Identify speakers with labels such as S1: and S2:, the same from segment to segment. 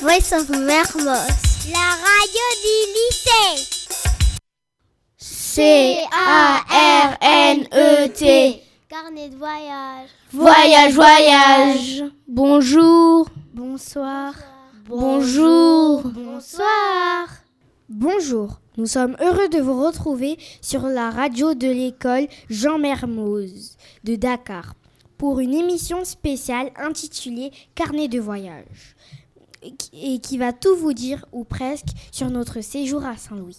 S1: Voice of Mermoz.
S2: La radio du
S3: E
S2: lycée.
S1: C-A-R-N-E-T.
S2: Carnet de voyage.
S1: Voyage, voyage. Bonjour.
S2: Bonsoir.
S1: Bonjour.
S2: Bonsoir.
S3: Bonjour, nous sommes heureux de vous retrouver sur la radio de l'école Jean Mermoz de Dakar pour une émission spéciale intitulée Carnet de voyage et qui va tout vous dire ou presque sur notre séjour à Saint-Louis.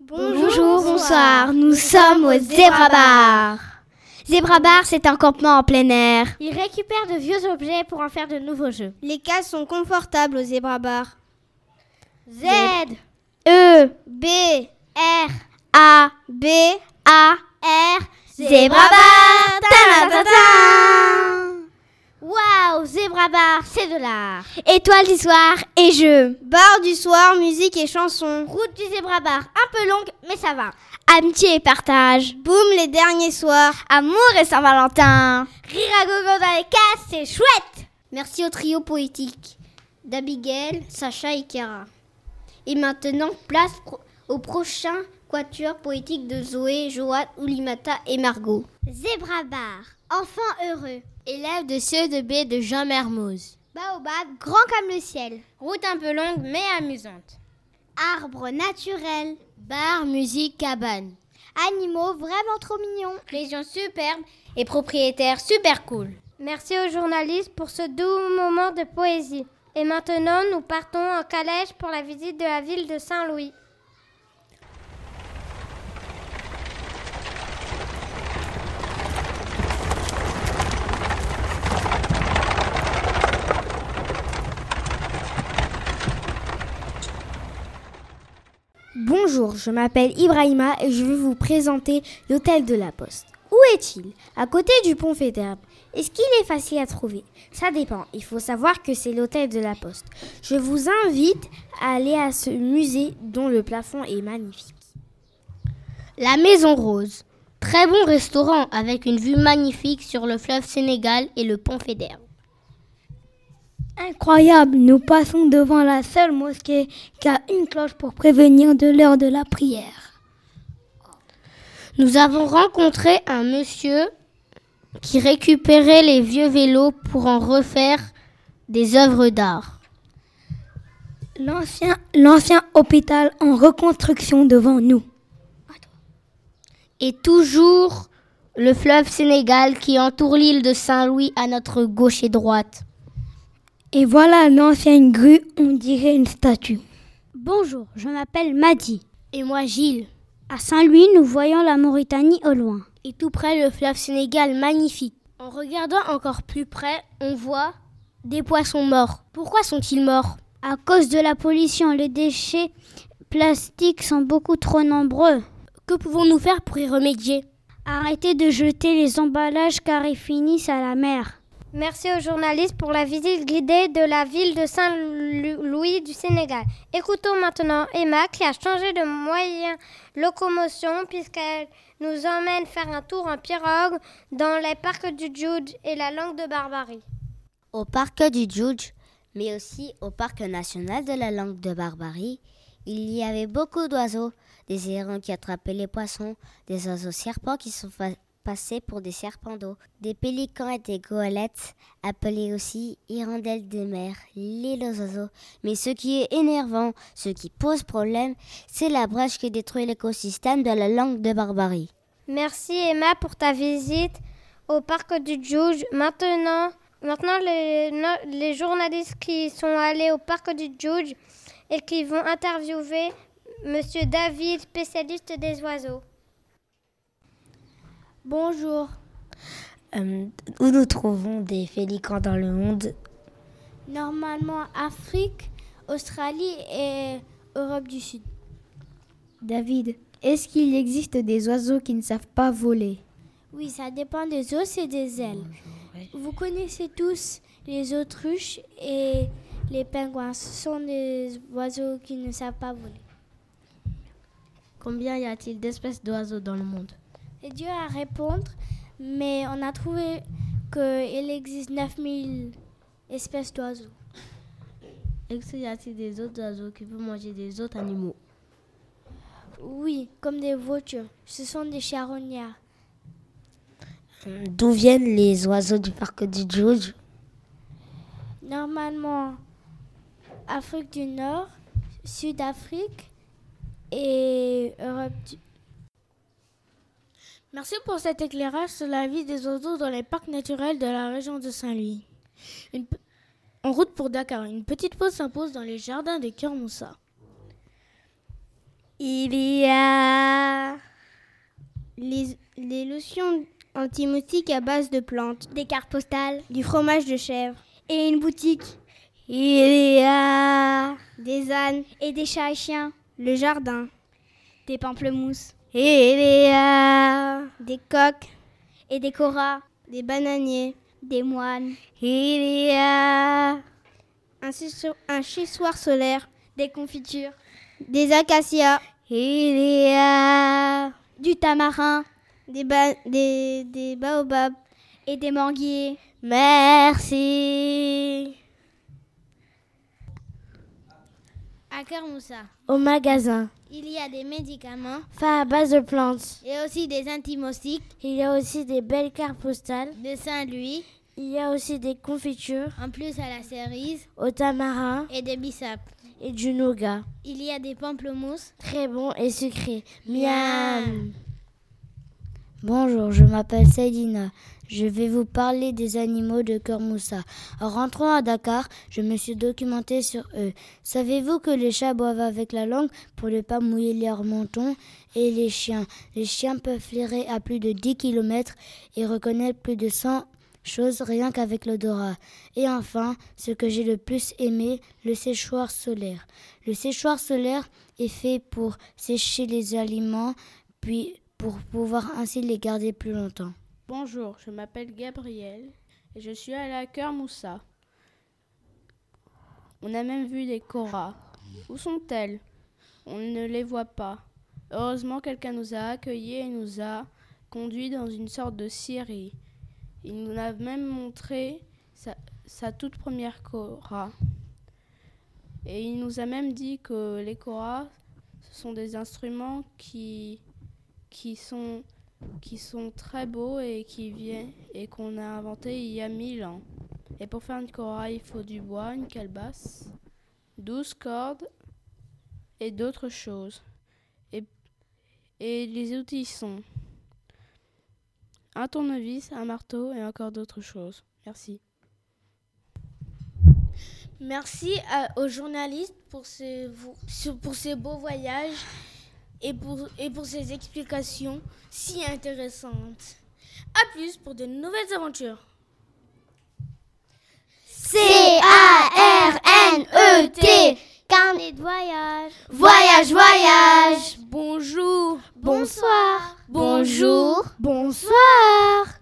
S1: Bonjour, bonsoir. Nous sommes au Zebra Bar. Zebra Bar, c'est un campement en plein air.
S2: Ils récupèrent de vieux objets pour en faire de nouveaux jeux.
S3: Les cases sont confortables au Zebra Bar.
S2: Z,
S1: E,
S2: B, R,
S1: A,
S2: B,
S1: A,
S2: R,
S1: Zebra Bar. Ta, ta, ta, ta.
S2: Waouh, Zebra Bar, c'est de l'art.
S1: Étoiles du soir et jeux.
S3: Bar du soir, musique et chansons.
S2: Route du Zebra Bar, un peu longue, mais ça va.
S1: Amitié et partage.
S3: Boum les derniers soirs.
S1: Amour et Saint-Valentin.
S2: Rire à gogo dans les cases, c'est chouette.
S4: Merci au trio poétique d'Abigail, Sacha et Kara. Et maintenant, place pro- au prochain quatuor poétique de Zoé, Joanne, Oulimata et Margot.
S2: Zebra Bar, enfant heureux.
S4: Élève de CE2B de Jean Mermoz.
S2: Baobab, grand comme le ciel.
S4: Route un peu longue mais amusante.
S2: Arbre naturel.
S4: Bar, musique, cabane.
S2: Animaux vraiment trop mignons.
S4: Région superbe et propriétaire super cool.
S2: Merci aux journalistes pour ce doux moment de poésie. Et maintenant, nous partons en calèche pour la visite de la ville de Saint-Louis.
S3: Bonjour, je m'appelle Ibrahima et je vais vous présenter l'hôtel de la Poste. Où est-il À côté du pont Fédère. Est-ce qu'il est facile à trouver Ça dépend. Il faut savoir que c'est l'hôtel de la Poste. Je vous invite à aller à ce musée dont le plafond est magnifique.
S4: La Maison Rose. Très bon restaurant avec une vue magnifique sur le fleuve Sénégal et le pont Fédère.
S5: Incroyable, nous passons devant la seule mosquée qui a une cloche pour prévenir de l'heure de la prière.
S4: Nous avons rencontré un monsieur qui récupérait les vieux vélos pour en refaire des œuvres d'art.
S5: L'ancien, l'ancien hôpital en reconstruction devant nous.
S4: Et toujours le fleuve Sénégal qui entoure l'île de Saint-Louis à notre gauche et droite.
S5: Et voilà l'ancienne grue, on dirait une statue.
S6: Bonjour, je m'appelle Madi.
S4: Et moi Gilles.
S6: À Saint-Louis, nous voyons la Mauritanie au loin.
S4: Et tout près le fleuve Sénégal magnifique. En regardant encore plus près, on voit des poissons morts. Pourquoi sont-ils morts
S6: À cause de la pollution, les déchets plastiques sont beaucoup trop nombreux.
S4: Que pouvons-nous faire pour y remédier
S6: Arrêtez de jeter les emballages car ils finissent à la mer.
S2: Merci aux journalistes pour la visite guidée de la ville de Saint-Louis du Sénégal. Écoutons maintenant Emma qui a changé de moyen locomotion puisqu'elle nous emmène faire un tour en pirogue dans les parcs du Jude et la langue de Barbarie.
S7: Au parc du Djoudj, mais aussi au parc national de la langue de Barbarie, il y avait beaucoup d'oiseaux, des hérons qui attrapaient les poissons, des oiseaux serpents qui sont fa- passés pour des serpents d'eau, des pélicans et des goélettes, appelés aussi hirondelles des mers, l'île aux oiseaux. Mais ce qui est énervant, ce qui pose problème, c'est la brèche qui détruit l'écosystème de la langue de Barbarie.
S2: Merci Emma pour ta visite au parc du Djoudj. Maintenant, maintenant les, no- les journalistes qui sont allés au parc du Djoudj et qui vont interviewer Monsieur David, spécialiste des oiseaux.
S6: Bonjour.
S5: Euh, où nous trouvons des félicans dans le monde
S6: Normalement, Afrique, Australie et Europe du Sud.
S3: David, est-ce qu'il existe des oiseaux qui ne savent pas voler
S6: Oui, ça dépend des os et des ailes. Vous connaissez tous les autruches et les pingouins. Ce sont des oiseaux qui ne savent pas voler.
S4: Combien y a-t-il d'espèces d'oiseaux dans le monde
S6: C'est dur à répondre, mais on a trouvé qu'il existe 9000 espèces d'oiseaux.
S8: Est-ce qu'il y a aussi des autres oiseaux qui peuvent manger des autres animaux
S6: Oui, comme des voitures. Ce sont des charognards.
S7: Euh, D'où viennent les oiseaux du parc du Djouj
S6: Normalement, Afrique du Nord, Sud-Afrique et Europe du
S9: Merci pour cet éclairage sur la vie des oiseaux dans les parcs naturels de la région de Saint-Louis. Une pe- En route pour Dakar, une petite pause s'impose dans les jardins de Kermoussa.
S2: Il y a les, les lotions antimotiques à base de plantes,
S1: Des cartes postales.
S2: du fromage de chèvre
S1: Et une boutique.
S2: Il y a des ânes,
S1: Et des chats et chiens.
S2: le jardin.
S1: Des pamplemousses.
S2: Il y a des coques,
S1: Et des koras.
S2: des bananiers.
S1: Des moines.
S2: Il y a un, chisso- un chissoir solaire,
S1: Des confitures.
S2: des acacias. Il y
S9: euh,
S2: a
S1: Du tamarin.
S2: des, ba- des, des baobabs.
S1: Et des manguiers.
S2: Merci.
S4: À Kermoussa,
S9: Au magasin,
S4: il y a des médicaments
S9: fait à base de plantes.
S4: et aussi des antimostiques
S9: Il y a aussi des belles cartes postales.
S4: de Saint-Louis,
S9: Il y a aussi des confitures
S4: en plus à la cerise
S9: au tamarin
S4: et des bissap.
S9: et du nougat.
S4: Il y a des pamplemousses.
S9: Très bon et sucré. Miam
S7: Bonjour, je m'appelle Saïdina. Je vais vous parler des animaux de Kermoussa. En rentrant à Dakar, je me suis documentée sur eux. Savez-vous que les chats boivent avec la langue pour ne pas mouiller leur menton Et les chiens Les chiens peuvent flairer à plus de 10 km et reconnaître plus de 100 choses rien qu'avec l'odorat. Et enfin, ce que j'ai le plus aimé, le séchoir solaire. Le séchoir solaire est fait pour sécher les aliments, puis pour pouvoir ainsi les garder plus longtemps.
S9: Bonjour, je m'appelle Gabriel et je suis à la cœur Moussa. On a même vu des koras. Où sont-elles On ne les voit pas. Heureusement, quelqu'un nous a accueillis et nous a conduits dans une sorte de scierie. Il nous a même montré sa, sa toute première cora. Et il nous a même dit que les koras, ce sont des instruments qui, qui sont qui sont très beaux et qui viennent et qu'on a inventé il y a 1000 ans. Et pour faire une corail, il faut du bois, une calebasse, 12 cordes et d'autres choses. Et, et les outils sont un tournevis, un marteau et encore d'autres choses. Merci.
S10: Merci à- aux journalistes pour ces, vo- sur- pour ces beaux voyages et pour, et pour ces explications si intéressantes. À plus pour de nouvelles aventures.
S1: C-A-R-N-E-T.
S2: Carnet de voyage.
S1: E Voyage, voyage.
S10: Bonjour.
S1: Bonsoir.
S10: Bonjour.
S1: Bonsoir.